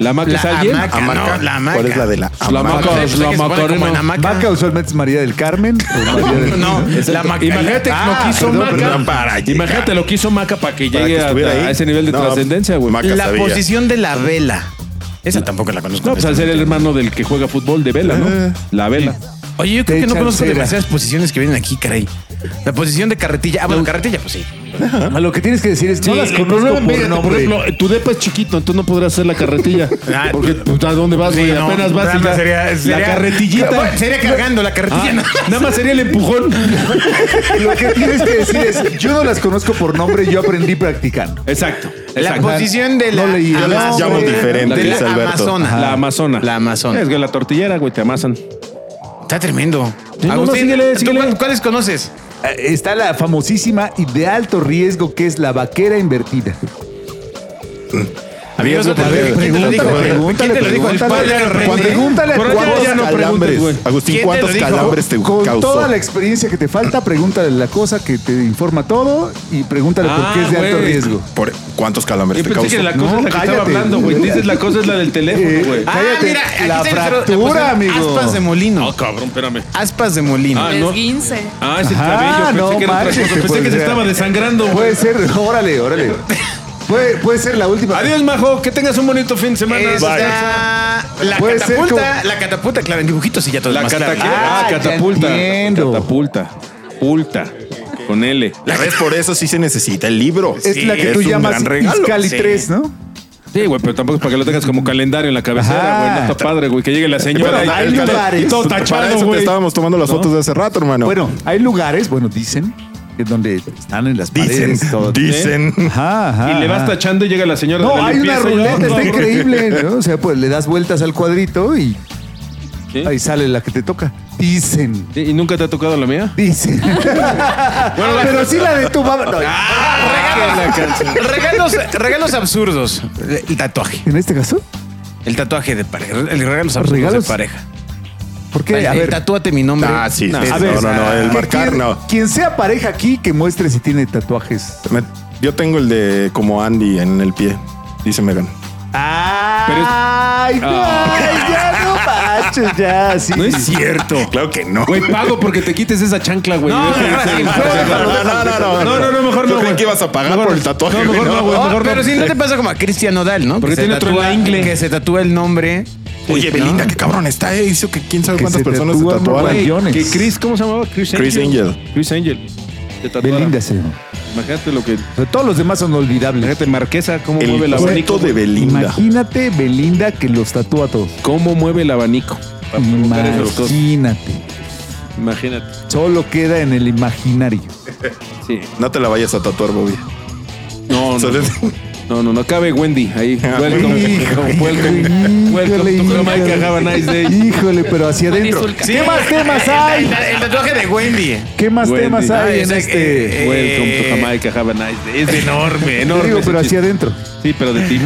Speaker 5: La hamaca
Speaker 3: La
Speaker 5: es alguien.
Speaker 3: hamaca.
Speaker 6: Hamaca.
Speaker 3: No, la hamaca.
Speaker 6: ¿Cuál es la de la
Speaker 5: La
Speaker 6: hamaca?
Speaker 5: hamaca,
Speaker 3: Pues,
Speaker 5: la
Speaker 3: que se pone como en
Speaker 5: macarena.
Speaker 3: hamaca.
Speaker 4: Vaca usualmente es María del Carmen. o María del-
Speaker 3: No, la hamaca.
Speaker 5: Imagínate
Speaker 3: Ah,
Speaker 5: lo que hizo
Speaker 6: perdón,
Speaker 5: Maca.
Speaker 6: perdón, para llegar.
Speaker 5: Imagínate lo que hizo Maca para que
Speaker 6: Para
Speaker 5: llegue
Speaker 6: que
Speaker 5: a-
Speaker 6: estuviera
Speaker 5: a,
Speaker 6: ahí.
Speaker 5: ese nivel de
Speaker 6: No,
Speaker 5: trascendencia, güey.
Speaker 6: Maca
Speaker 3: La
Speaker 6: sabía.
Speaker 3: posición de la vela. Esa tampoco la conozco.
Speaker 5: No, pues al ser el hermano del que juega fútbol de vela,
Speaker 6: Eh.
Speaker 5: ¿no? La vela.
Speaker 3: Oye, yo creo
Speaker 4: Te
Speaker 3: que no
Speaker 4: echan
Speaker 3: conozco
Speaker 4: cera.
Speaker 3: demasiadas posiciones que vienen aquí, caray. La posición de carretilla. Ah, bueno, carretilla, pues sí.
Speaker 4: A lo que tienes que decir es eh, no las
Speaker 5: el
Speaker 4: conozco
Speaker 5: problema,
Speaker 4: por
Speaker 5: fíjate, por
Speaker 4: nombre.
Speaker 5: ejemplo, tu depa es chiquito, entonces no podrás hacer la carretilla.
Speaker 3: Ah,
Speaker 5: porque pues, ¿a dónde vas,
Speaker 3: Sí,
Speaker 5: güey?
Speaker 3: no,
Speaker 5: Apenas vas
Speaker 3: nada
Speaker 5: y ya-
Speaker 3: más sería-
Speaker 5: la
Speaker 3: sería-
Speaker 5: carretillita.
Speaker 3: Bueno, Sería cargando la carretilla.
Speaker 5: Ah,
Speaker 3: ¿no?
Speaker 5: nada más sería el empujón.
Speaker 4: Lo que tienes que decir es yo no las conozco por nombre, yo aprendí practicando.
Speaker 5: Exacto.
Speaker 3: La
Speaker 5: exacto.
Speaker 3: posición de la
Speaker 4: No leí, yo
Speaker 6: las llamo
Speaker 3: Amazona.
Speaker 6: diferente,
Speaker 3: de
Speaker 6: dice
Speaker 3: la
Speaker 6: Alberto.
Speaker 3: Amazona.
Speaker 5: La amazona.
Speaker 3: La amazona.
Speaker 5: Es que la tortillera, güey, te amasan.
Speaker 3: Está tremendo.
Speaker 5: Sí, no, no, síguele,
Speaker 3: ¿tú
Speaker 5: síguele.
Speaker 3: cuál- ¿cuáles conoces?
Speaker 4: Eh, Está la famosísima y de alto riesgo que es la vaquera invertida.
Speaker 3: Amigos,
Speaker 6: Riesgo, padre.
Speaker 3: ¿Quién te lo dijo? ¿El padre
Speaker 4: Pregúntale,
Speaker 3: René?
Speaker 4: pregúntale a tu
Speaker 5: Por allá
Speaker 4: abuelo.
Speaker 5: ya no
Speaker 6: calambres?
Speaker 5: preguntes,
Speaker 6: Agustín,
Speaker 3: ¿Quién te
Speaker 6: ¿cuántos
Speaker 3: lo dijo?
Speaker 6: calambres te
Speaker 4: Con
Speaker 6: causó?
Speaker 4: toda la experiencia que te falta, pregúntale la cosa que te informa todo y pregúntale
Speaker 5: Ah,
Speaker 4: por qué es de alto
Speaker 5: güey.
Speaker 4: riesgo.
Speaker 6: Por- ¿Cuántos calambres
Speaker 5: Yo
Speaker 6: te
Speaker 5: pensé
Speaker 6: causó?
Speaker 5: que la cosa
Speaker 4: No,
Speaker 5: es la que estaba
Speaker 4: cállate.
Speaker 5: hablando, güey. Dices la cosa es la del teléfono, güey.
Speaker 4: Eh, cállate,
Speaker 3: Ah, aquí
Speaker 4: la
Speaker 3: está nuestro-
Speaker 4: fractura,
Speaker 3: la posición-
Speaker 4: amigo.
Speaker 3: Aspas de molino.
Speaker 5: cabrón, espérame.
Speaker 3: Aspas de molino.
Speaker 5: Ah, no.
Speaker 7: Esguince.
Speaker 5: Ah, es el
Speaker 4: Ajá,
Speaker 5: cabello. Pensé
Speaker 4: no
Speaker 5: que era otra
Speaker 4: manches,
Speaker 5: cosa.
Speaker 4: te
Speaker 5: Pensé que
Speaker 4: puedes
Speaker 5: se
Speaker 4: ver.
Speaker 5: estaba desangrando, güey.
Speaker 4: Puede ser, órale, órale. Puede, puede ser la última.
Speaker 5: Adiós, majo. Que tengas un bonito fin de semana.
Speaker 3: Está Ah, la
Speaker 4: Puede ser
Speaker 3: catapulta, la catapulta, claro, en dibujitos y ya todo es
Speaker 5: La
Speaker 3: más claro.
Speaker 5: cataque-
Speaker 3: Ah,
Speaker 5: ah,
Speaker 4: ya
Speaker 5: catapulta.
Speaker 4: entiendo.
Speaker 5: Catapulta. Pulta. Con L.
Speaker 6: La vez por eso sí se necesita el libro.
Speaker 4: Es
Speaker 6: Sí,
Speaker 4: la que tú
Speaker 6: un
Speaker 4: llamas
Speaker 6: gran regalo.
Speaker 4: Iscali
Speaker 6: Sí.
Speaker 4: 3, ¿no?
Speaker 5: Sí, güey, pero tampoco es para que lo tengas como calendario en la cabecera,
Speaker 4: Ajá.
Speaker 5: güey. No está padre, güey. Que llegue la señora
Speaker 4: Bueno, hay
Speaker 5: y, todo-
Speaker 4: lugares.
Speaker 5: y todo
Speaker 6: Para
Speaker 5: tachado,
Speaker 6: eso te
Speaker 5: güey.
Speaker 6: estábamos tomando las fotos de hace rato, hermano.
Speaker 4: Bueno, hay lugares, bueno, dicen, en donde están en las
Speaker 6: dicen,
Speaker 4: paredes. todo.
Speaker 6: dicen.
Speaker 4: Ajá, ajá,
Speaker 5: Y le vas
Speaker 4: ajá.
Speaker 5: tachando y llega la señora de
Speaker 4: No,
Speaker 5: la
Speaker 4: hay una
Speaker 5: limpieza y-
Speaker 4: ruleta, está
Speaker 5: No,
Speaker 4: increíble, ¿no? O sea, pues le das vueltas al cuadrito y
Speaker 5: ¿Sí?
Speaker 4: ahí sale la que te toca. Dicen,
Speaker 5: ¿Y nunca te ha tocado la mía?
Speaker 4: dicen. pero sí la de tu mamá. No,
Speaker 5: Ah,
Speaker 6: Ah,
Speaker 3: Regalos, regalos absurdos. El tatuaje.
Speaker 4: En este caso,
Speaker 3: El tatuaje de pareja. El regalos absurdos
Speaker 4: ¿Regalos?
Speaker 3: de pareja.
Speaker 4: ¿por qué? A
Speaker 3: Ay,
Speaker 4: ver,
Speaker 3: tatúate mi nombre.
Speaker 6: Ah, sí.
Speaker 5: No,
Speaker 6: sí,
Speaker 5: a
Speaker 6: no,
Speaker 5: ver,
Speaker 6: no, no, el
Speaker 4: que
Speaker 6: marcar,
Speaker 4: quien,
Speaker 6: no.
Speaker 4: Quien sea pareja aquí, que muestre si tiene tatuajes.
Speaker 6: Me- yo tengo el de como Andy en el pie, dice Megan.
Speaker 4: Ay, no,
Speaker 5: Ah.
Speaker 4: ya no manches, ya, sí.
Speaker 5: No es cierto.
Speaker 6: Claro que no.
Speaker 5: Güey, pago porque te quites esa chancla, güey.
Speaker 3: No, no, no, sí, no,
Speaker 5: Ah, No, no, no, mejor no,
Speaker 6: Yo creí
Speaker 5: güey.
Speaker 6: que ibas a pagar
Speaker 5: Mejor
Speaker 6: por el
Speaker 5: no.
Speaker 6: tatuaje.
Speaker 5: No, mejor
Speaker 6: güey,
Speaker 5: no, güey.
Speaker 3: Oh,
Speaker 5: mejor no.
Speaker 3: pero si no te pasa como a Cristian Nodal, ¿no?
Speaker 5: Porque
Speaker 3: se
Speaker 5: tiene otro en la ingle.
Speaker 3: Que se tatúa el nombre
Speaker 5: pues,
Speaker 6: Oye, Belinda, qué cabrón está. eh. Hizo que quién sabe
Speaker 4: Que
Speaker 6: cuántas
Speaker 4: se
Speaker 6: personas se
Speaker 4: tatúa,
Speaker 6: tatuaran.
Speaker 4: güey.
Speaker 5: Güey,
Speaker 4: Millones.
Speaker 5: que Chris, ¿cómo se llamaba? Chris,
Speaker 6: Chris
Speaker 5: Angel. Chris Angel. Se tatuara.
Speaker 4: Belinda se llama.
Speaker 5: Imagínate lo que.
Speaker 4: O sea, todos los demás son olvidables.
Speaker 5: Imagínate, Marquesa, cómo mueve el
Speaker 6: El
Speaker 5: abanico.
Speaker 6: boleto de
Speaker 5: güey.
Speaker 6: Belinda.
Speaker 4: Imagínate Belinda que los tatúa a todos.
Speaker 5: Cómo mueve el abanico. Para provocar esas cosas.
Speaker 4: Imagínate.
Speaker 5: Imagínate.
Speaker 4: Solo queda en el imaginario.
Speaker 5: Sí.
Speaker 6: No te la vayas a tatuar, Bobby.
Speaker 5: No, no.
Speaker 6: Solo-
Speaker 5: No, no, no cabe Wendy ahí. Welcome.
Speaker 4: Híjole,
Speaker 5: Welcome. Welcome to
Speaker 4: híjole.
Speaker 5: Jamaica. Have a nice day.
Speaker 4: Híjole, pero hacia adentro.
Speaker 7: Zulka.
Speaker 4: ¿Qué más temas hay?
Speaker 3: El tatuaje de Wendy.
Speaker 4: ¿Qué más
Speaker 5: Wendy.
Speaker 4: temas hay
Speaker 3: Ay,
Speaker 4: en
Speaker 3: o sea,
Speaker 4: este?
Speaker 3: eh,
Speaker 5: Welcome to Jamaica. Have a nice day. Es enorme,
Speaker 4: Te
Speaker 5: enorme.
Speaker 4: digo,
Speaker 5: ese Pues,
Speaker 4: pero hacia
Speaker 5: chiste.
Speaker 4: adentro.
Speaker 5: Sí, pero de ti.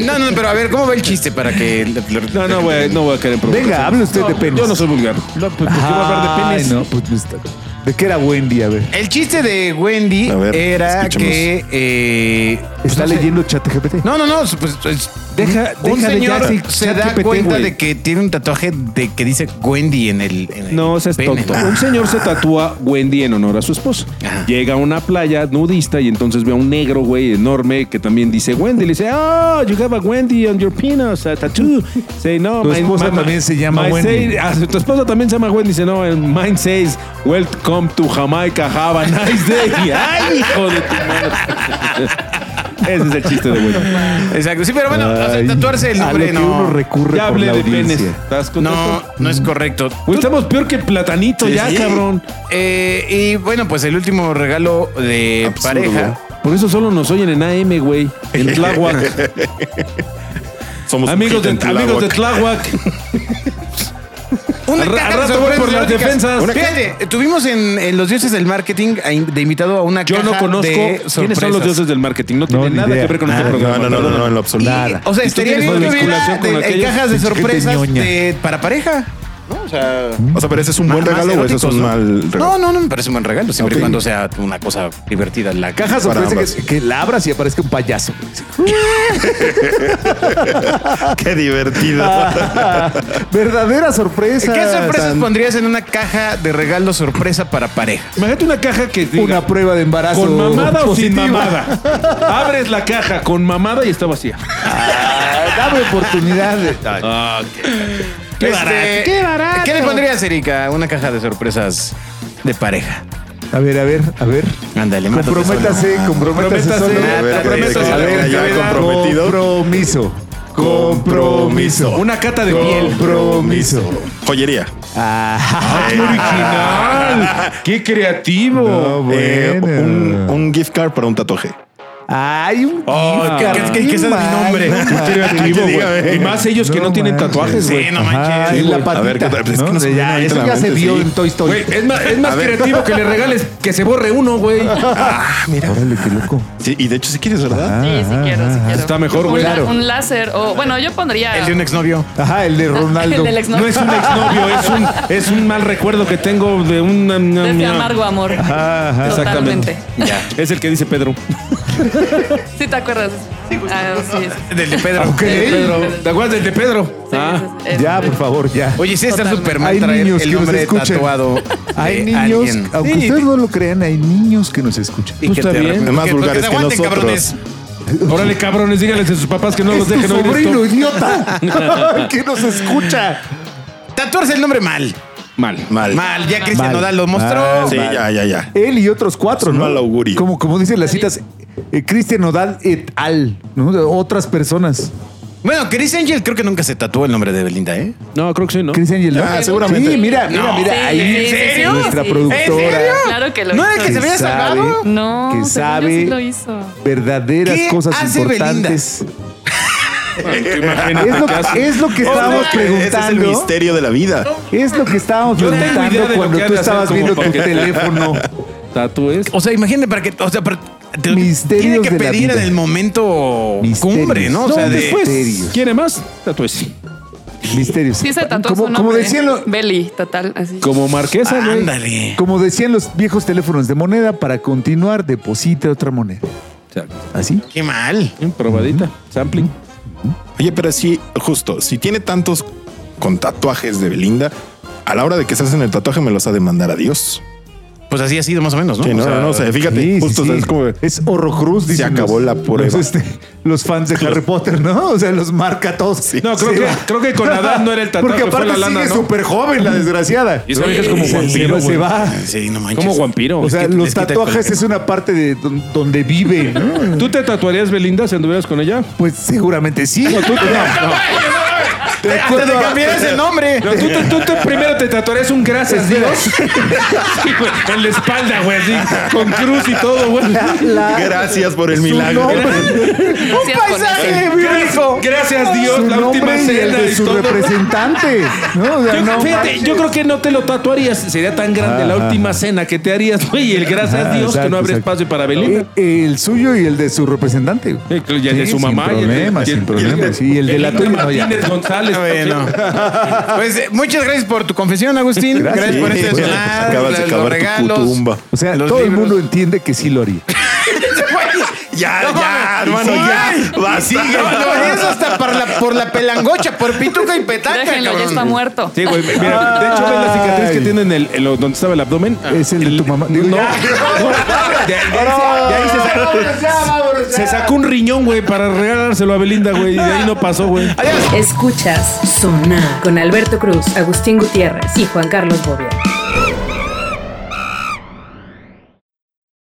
Speaker 3: No, no, pero a ver, ¿cómo va el chiste para que.
Speaker 5: No, no voy a, no voy a caer en problemas.
Speaker 4: Venga, hable usted
Speaker 5: No,
Speaker 4: de penes.
Speaker 5: Yo no soy vulgar. No, pues, ¿por qué voy a hablar de
Speaker 4: Ay,
Speaker 5: penes?
Speaker 4: no, pues, no está- ¿De qué era Wendy? A ver.
Speaker 3: El chiste de Wendy
Speaker 6: A ver,
Speaker 3: era
Speaker 6: escuchemos.
Speaker 3: que. eh, pues,
Speaker 4: ¿Está
Speaker 3: no sé.
Speaker 4: leyendo ChatGPT?
Speaker 3: No, no, no. Pues, pues,
Speaker 5: Deja-
Speaker 3: un
Speaker 5: deja de
Speaker 3: señor
Speaker 5: ya, sí,
Speaker 3: se
Speaker 5: chat
Speaker 3: da
Speaker 5: GPT,
Speaker 3: cuenta
Speaker 5: güey.
Speaker 3: de que tiene un tatuaje de que dice Wendy en el. en el
Speaker 5: No, seas
Speaker 3: pene.
Speaker 5: tonto.
Speaker 3: Ah,
Speaker 5: Un señor se tatúa Wendy en honor a su esposa.
Speaker 3: Ajá.
Speaker 5: Llega a una playa nudista y entonces ve a un negro, güey, enorme, que también dice Wendy. Le dice, oh, you have a Wendy on your penis, a tattoo. Say, no,
Speaker 4: Tu esposa también se llama
Speaker 5: my
Speaker 4: Wendy.
Speaker 5: say- ah, tu esposa también se llama Wendy. Dice, no, and mine says, welcome to Jamaica, have a nice day. Ay, hijo de tu madre. Ese es el chiste de Wendy.
Speaker 3: Exacto. Sí, pero bueno, o sea,
Speaker 4: Ay,
Speaker 3: tatuarse el
Speaker 4: a lo
Speaker 3: nombre
Speaker 4: que
Speaker 3: no.
Speaker 4: uno recurre
Speaker 5: Ya
Speaker 4: por
Speaker 5: hablé
Speaker 4: la
Speaker 5: de penes.
Speaker 4: audiencia.
Speaker 5: ¿Estás contento?
Speaker 3: No, no es correcto.
Speaker 5: Güey, estamos peor que platanito
Speaker 6: Sí,
Speaker 5: ya,
Speaker 6: sí.
Speaker 5: cabrón.
Speaker 3: Eh, y bueno, pues el último regalo de
Speaker 6: Absurdo.
Speaker 3: pareja.
Speaker 5: Por eso solo nos oyen en AM, güey. En Tláhuac.
Speaker 6: Somos
Speaker 5: amigos, de,
Speaker 6: un hit en
Speaker 5: amigos de
Speaker 6: Pues Tláhuac.
Speaker 5: Tláhuac.
Speaker 3: Un
Speaker 5: Al ra-
Speaker 3: caja
Speaker 5: al
Speaker 3: de
Speaker 5: rato voy por
Speaker 3: sorpresas
Speaker 5: las
Speaker 3: eróticas.
Speaker 5: defensas.
Speaker 3: Una Fíjate, caja. tuvimos en, en Los Dioses del Marketing a in- de invitado a una
Speaker 5: Yo
Speaker 3: caja
Speaker 5: no conozco
Speaker 3: de
Speaker 5: quiénes son
Speaker 3: sorpresas.
Speaker 5: los dioses del marketing. No tiene
Speaker 4: ni
Speaker 5: nada
Speaker 4: idea.
Speaker 5: que ver con este
Speaker 4: Nada,
Speaker 5: programa.
Speaker 6: Ah, No, no, no, no, no, en lo absoluto.
Speaker 4: Nada.
Speaker 3: O sea,
Speaker 5: ¿Y tú
Speaker 3: estaría
Speaker 5: tienes
Speaker 3: bien que hubiera
Speaker 5: vinculación con
Speaker 3: de- en
Speaker 5: aquellos?
Speaker 3: cajas de
Speaker 4: Pinche gente
Speaker 3: sorpresas
Speaker 4: ñoña.
Speaker 3: de- para pareja.
Speaker 6: O sea, pero ese es un buen
Speaker 3: Más
Speaker 6: regalo o ese es
Speaker 3: eróticos,
Speaker 6: un
Speaker 3: ¿no?
Speaker 6: mal regalo.
Speaker 3: No, no, no me parece un buen regalo, siempre y
Speaker 6: Ok.
Speaker 3: cuando sea una cosa divertida. La
Speaker 4: Caja
Speaker 6: Para
Speaker 4: sorpresa que, que la abras y aparezca un payaso.
Speaker 6: Qué divertido.
Speaker 5: Ah,
Speaker 4: Verdadera sorpresa.
Speaker 3: ¿Qué sorpresas
Speaker 4: Tan-
Speaker 3: pondrías en una caja de regalo sorpresa para pareja?
Speaker 5: Imagínate una caja que diga,
Speaker 4: Una prueba de embarazo.
Speaker 5: con mamada o sin
Speaker 4: positiva.
Speaker 5: mamada. Abres la caja con mamada y está vacía.
Speaker 4: Ah, Dame oportunidad. de-
Speaker 5: Qué
Speaker 3: Este,
Speaker 5: barato,
Speaker 3: ¿Qué, le pondrías, Erika? Una caja de sorpresas de pareja.
Speaker 4: A ver, a ver, a ver.
Speaker 3: Ándale, mátate
Speaker 4: Comprométase,
Speaker 3: solo.
Speaker 4: comprométase.
Speaker 5: Comprométase.
Speaker 4: solo.
Speaker 5: Ah,
Speaker 6: A ver,
Speaker 5: compromiso,
Speaker 6: que-
Speaker 5: a ver,
Speaker 6: que- ya
Speaker 5: que-
Speaker 6: comprometido.
Speaker 4: Compromiso.
Speaker 6: Compromiso.
Speaker 5: Una cata de piel.
Speaker 4: Compromiso.
Speaker 6: Joyería.
Speaker 4: Ah,
Speaker 5: ¡Qué original! ¡Qué creativo!
Speaker 4: no,
Speaker 6: Eh,
Speaker 4: bueno.
Speaker 6: un, un gift card para un tatuaje.
Speaker 4: Ay, un
Speaker 5: Oh,
Speaker 4: gift
Speaker 5: ¿qué-
Speaker 4: card.
Speaker 5: qué- qué es
Speaker 3: mi
Speaker 4: Ay,
Speaker 3: nombre?
Speaker 4: no manches.
Speaker 5: creativo,
Speaker 6: Que diga,
Speaker 5: güey.
Speaker 6: eh.
Speaker 5: Y más ellos que no,
Speaker 4: No
Speaker 5: tienen
Speaker 4: manches.
Speaker 5: tatuajes, güey.
Speaker 3: Sí, no manches.
Speaker 4: Ay, la
Speaker 6: Sí, güey.
Speaker 4: patita.
Speaker 6: A ver, ¿qué tal? Es que no se me
Speaker 4: ya,
Speaker 6: viene
Speaker 4: eso
Speaker 6: ahorita
Speaker 4: ya
Speaker 6: la
Speaker 4: se
Speaker 6: mente,
Speaker 4: vio
Speaker 6: sí.
Speaker 4: en Toy Story.
Speaker 5: Güey, es más, es más
Speaker 6: A ver.
Speaker 5: creativo que le regales que se borre uno, güey.
Speaker 4: Ah, Órale, qué loco.
Speaker 6: Sí, y de hecho, si quieres, ¿verdad?
Speaker 5: Ah.
Speaker 7: Sí, sí quiero, sí quiero.
Speaker 5: Está mejor,
Speaker 7: Un
Speaker 5: güey.
Speaker 7: la-
Speaker 5: Claro.
Speaker 7: Un láser o... Bueno, yo pondría...
Speaker 3: El de un exnovio.
Speaker 4: Ajá, el de Ronaldo.
Speaker 7: El del exnovio.
Speaker 5: No es un exnovio, es un, es un mal recuerdo que tengo de un... um,
Speaker 7: De ese amargo amor.
Speaker 4: Ajá.
Speaker 5: Exactamente.
Speaker 7: Totalmente.
Speaker 5: Es el que dice Pedro.
Speaker 7: Sí te acuerdas. Ah, sí, sí,
Speaker 3: Del de Pedro.
Speaker 4: Ok.
Speaker 5: El de Pedro. ¿Te acuerdas del de Pedro?
Speaker 7: sí,
Speaker 5: Ah.
Speaker 7: sí, sí, sí.
Speaker 4: Ya, por favor, ya.
Speaker 3: Oye, sí está
Speaker 7: Totalmente.
Speaker 3: súper mal
Speaker 4: Hay
Speaker 3: traer
Speaker 4: niños
Speaker 3: el
Speaker 4: que nos
Speaker 3: nombre
Speaker 4: escuchan.
Speaker 3: tatuado.
Speaker 4: Hay
Speaker 3: de
Speaker 4: niños,
Speaker 3: alguien.
Speaker 4: aunque
Speaker 5: Sí.
Speaker 4: ustedes no lo crean, hay niños que nos escuchan.
Speaker 5: Pues está bien.
Speaker 6: Más
Speaker 3: Que-
Speaker 6: vulgares que
Speaker 3: aguanten,
Speaker 6: nosotros.
Speaker 3: cabrones.
Speaker 5: Órale, cabrones, díganles a sus papás que no los
Speaker 4: es tu
Speaker 5: dejen oír esto.
Speaker 4: sobrino, idiota. que nos escucha.
Speaker 3: Tatuarse el nombre mal.
Speaker 5: Mal.
Speaker 6: Mal. Ah,
Speaker 3: Mal, ya Cristian
Speaker 4: Mal.
Speaker 3: Nodal lo mostró.
Speaker 4: Mal.
Speaker 6: Sí, ya, ya, ya.
Speaker 4: Él y otros cuatro,
Speaker 6: Es un
Speaker 4: ¿no?
Speaker 6: mal augurio.
Speaker 4: Como, como dicen las citas, eh, Cristian Nodal et al, ¿no? De otras personas.
Speaker 3: Bueno, Chris Angel creo que nunca se tatuó el nombre de Belinda, ¿eh?
Speaker 5: No, creo que sí, ¿no?
Speaker 4: Cristian y el
Speaker 6: Ah, seguramente.
Speaker 4: Sí, mira, mira,
Speaker 3: No.
Speaker 4: mira.
Speaker 7: Sí,
Speaker 4: ahí
Speaker 7: sí, sí, sí, sí,
Speaker 4: nuestra
Speaker 7: sí.
Speaker 4: productora.
Speaker 3: ¿En serio?
Speaker 7: Claro que lo
Speaker 3: ¿No era
Speaker 7: hizo.
Speaker 3: que se había
Speaker 4: sabe
Speaker 3: salvado?
Speaker 7: No,
Speaker 4: que
Speaker 7: según yo
Speaker 4: sabe
Speaker 7: sí lo hizo.
Speaker 4: verdaderas
Speaker 3: ¿Qué
Speaker 4: cosas
Speaker 3: hace
Speaker 4: importantes.
Speaker 5: Imagínate
Speaker 4: Es lo,
Speaker 5: qué hace.
Speaker 4: es lo que
Speaker 6: Vamos
Speaker 4: estábamos
Speaker 6: Ese es el
Speaker 4: preguntando.
Speaker 6: misterio de la vida.
Speaker 4: Es lo que estábamos
Speaker 5: Yo tengo idea de
Speaker 4: preguntando
Speaker 5: lo
Speaker 4: cuando
Speaker 5: que ha
Speaker 4: tú
Speaker 5: de hacer
Speaker 4: estabas
Speaker 5: como
Speaker 4: viendo tu
Speaker 5: para que-
Speaker 4: teléfono.
Speaker 5: Tatúes.
Speaker 3: O sea, imagínate para que. O sea, para, te-
Speaker 4: Misterios
Speaker 3: tiene que
Speaker 4: de la
Speaker 3: pedir
Speaker 4: vida.
Speaker 3: en el momento
Speaker 4: Misterios.
Speaker 3: cumbre, ¿no? O
Speaker 4: No,
Speaker 3: sea, de.
Speaker 4: después.
Speaker 5: Pues, ¿quiere más? Tatúes.
Speaker 4: Misterios.
Speaker 7: Sí se tatuó
Speaker 4: como,
Speaker 7: su
Speaker 4: como
Speaker 7: nombre.
Speaker 4: decían lo-
Speaker 7: Belly, total, así.
Speaker 5: Como marquesa, güey.
Speaker 3: Ándale.
Speaker 4: como decían los viejos teléfonos de moneda, para continuar, deposita otra moneda.
Speaker 5: Exacto.
Speaker 4: ¿Así?
Speaker 3: Qué mal.
Speaker 5: Mm, Probadita. Sampling.
Speaker 6: Oye, pero sí, justo, si tiene tantos con tatuajes de Belinda, a la hora de que se hacen el tatuaje me los ha de mandar a Dios.
Speaker 3: Pues así ha sido más o menos, ¿no?
Speaker 6: Sí, no,
Speaker 3: O sea,
Speaker 6: no, no, o sea, fíjate,
Speaker 4: Sí, sí,
Speaker 6: justo o
Speaker 4: sí.
Speaker 6: sea, es como
Speaker 4: Es horrocruz, dicen
Speaker 6: acabó
Speaker 4: los-
Speaker 6: la prueba.
Speaker 4: Los, este, los fans de Harry Potter, ¿no? O sea, los marca todos.
Speaker 5: No, creo
Speaker 4: Sí,
Speaker 5: que-
Speaker 4: va.
Speaker 5: creo que con la edad no era el tatuaje,
Speaker 4: Porque
Speaker 5: fue
Speaker 4: aparte
Speaker 5: la lana,
Speaker 4: sigue
Speaker 5: ¿no?
Speaker 4: súper joven la desgraciada.
Speaker 5: Y esa vieja es como
Speaker 4: Sí,
Speaker 5: vampiro,
Speaker 4: se va-
Speaker 5: güey.
Speaker 4: Se va.
Speaker 3: Sí, no manches.
Speaker 5: Como vampiro.
Speaker 4: O sea,
Speaker 3: quita-
Speaker 4: los
Speaker 3: les quita el
Speaker 4: tatuajes
Speaker 3: colágeno.
Speaker 4: es una parte de don- donde vive, ¿no?
Speaker 5: ¿Tú te tatuarías, Belinda, si anduvieras con ella?
Speaker 4: Pues seguramente sí. No, tú, no, no. De acuerdo a-
Speaker 3: nombre.
Speaker 5: No, tú, te- tú te- primero te tatuarías un gracias Dios. Sí, güey, en la espalda, güey, así, con cruz y todo, güey.
Speaker 6: gracias por el
Speaker 4: Su
Speaker 6: milagro.
Speaker 4: nombre.
Speaker 7: Un
Speaker 4: paisaje bíblico.
Speaker 5: Gracias Dios,
Speaker 4: Su
Speaker 5: la última
Speaker 4: nombre y el
Speaker 5: cena
Speaker 4: de
Speaker 5: y
Speaker 4: su
Speaker 5: todo.
Speaker 4: representante. ¿no? O sea,
Speaker 5: Yo,
Speaker 4: no
Speaker 5: fíjate,
Speaker 4: manches.
Speaker 5: yo creo que no te lo tatuarías. Sería tan grande la última cena que te harías, güey. y El gracias
Speaker 4: Ah,
Speaker 5: Dios que
Speaker 4: exacto,
Speaker 5: no abre
Speaker 4: exacto.
Speaker 5: espacio para Belinda.
Speaker 4: Eh, El suyo y el de su representante.
Speaker 5: Eh, Y el de
Speaker 4: Sí,
Speaker 5: su mamá.
Speaker 4: Sin
Speaker 5: y el de-
Speaker 4: problema,
Speaker 5: y el-
Speaker 4: sin problema. Sí, y el de la
Speaker 5: Belinda
Speaker 4: tuya. no, ya.
Speaker 5: Martínez González.
Speaker 3: Ah, Bueno. Pues eh, muchas gracias por tu confesión, Agustín. Gracias,
Speaker 4: Gracias.
Speaker 3: por este
Speaker 6: Sí, pues,
Speaker 3: cenar,
Speaker 6: acabas de
Speaker 3: los
Speaker 6: acabar tu
Speaker 3: regalos.
Speaker 6: putumba.
Speaker 4: O sea,
Speaker 3: Los
Speaker 4: todo el
Speaker 3: libros.
Speaker 4: mundo entiende que sí lo haría.
Speaker 6: Ya,
Speaker 3: No,
Speaker 6: ya,
Speaker 3: no,
Speaker 6: hermano,
Speaker 3: no,
Speaker 6: ya.
Speaker 3: no,
Speaker 6: basta.
Speaker 3: Sí, no, eso hasta por la, por la pelangocha, por pituca y petaca.
Speaker 7: Déjenlo, ya
Speaker 3: cabrón.
Speaker 7: está muerto.
Speaker 5: Sí, güey.
Speaker 4: Ah.
Speaker 5: Mira, de hecho, ves la cicatriz que
Speaker 4: Ay.
Speaker 5: tiene en el, en lo- donde estaba el abdomen.
Speaker 4: Es el de tu mamá. Digo,
Speaker 5: No.
Speaker 4: ya.
Speaker 5: no. De, de ahí se- de ahí se sacó- se sacó un riñón, güey, para regalárselo a Belinda, güey. Y de ahí no pasó, güey.
Speaker 2: Escuchas Sonar con Alberto Cruz, Agustín Gutiérrez y Juan Carlos Bobia.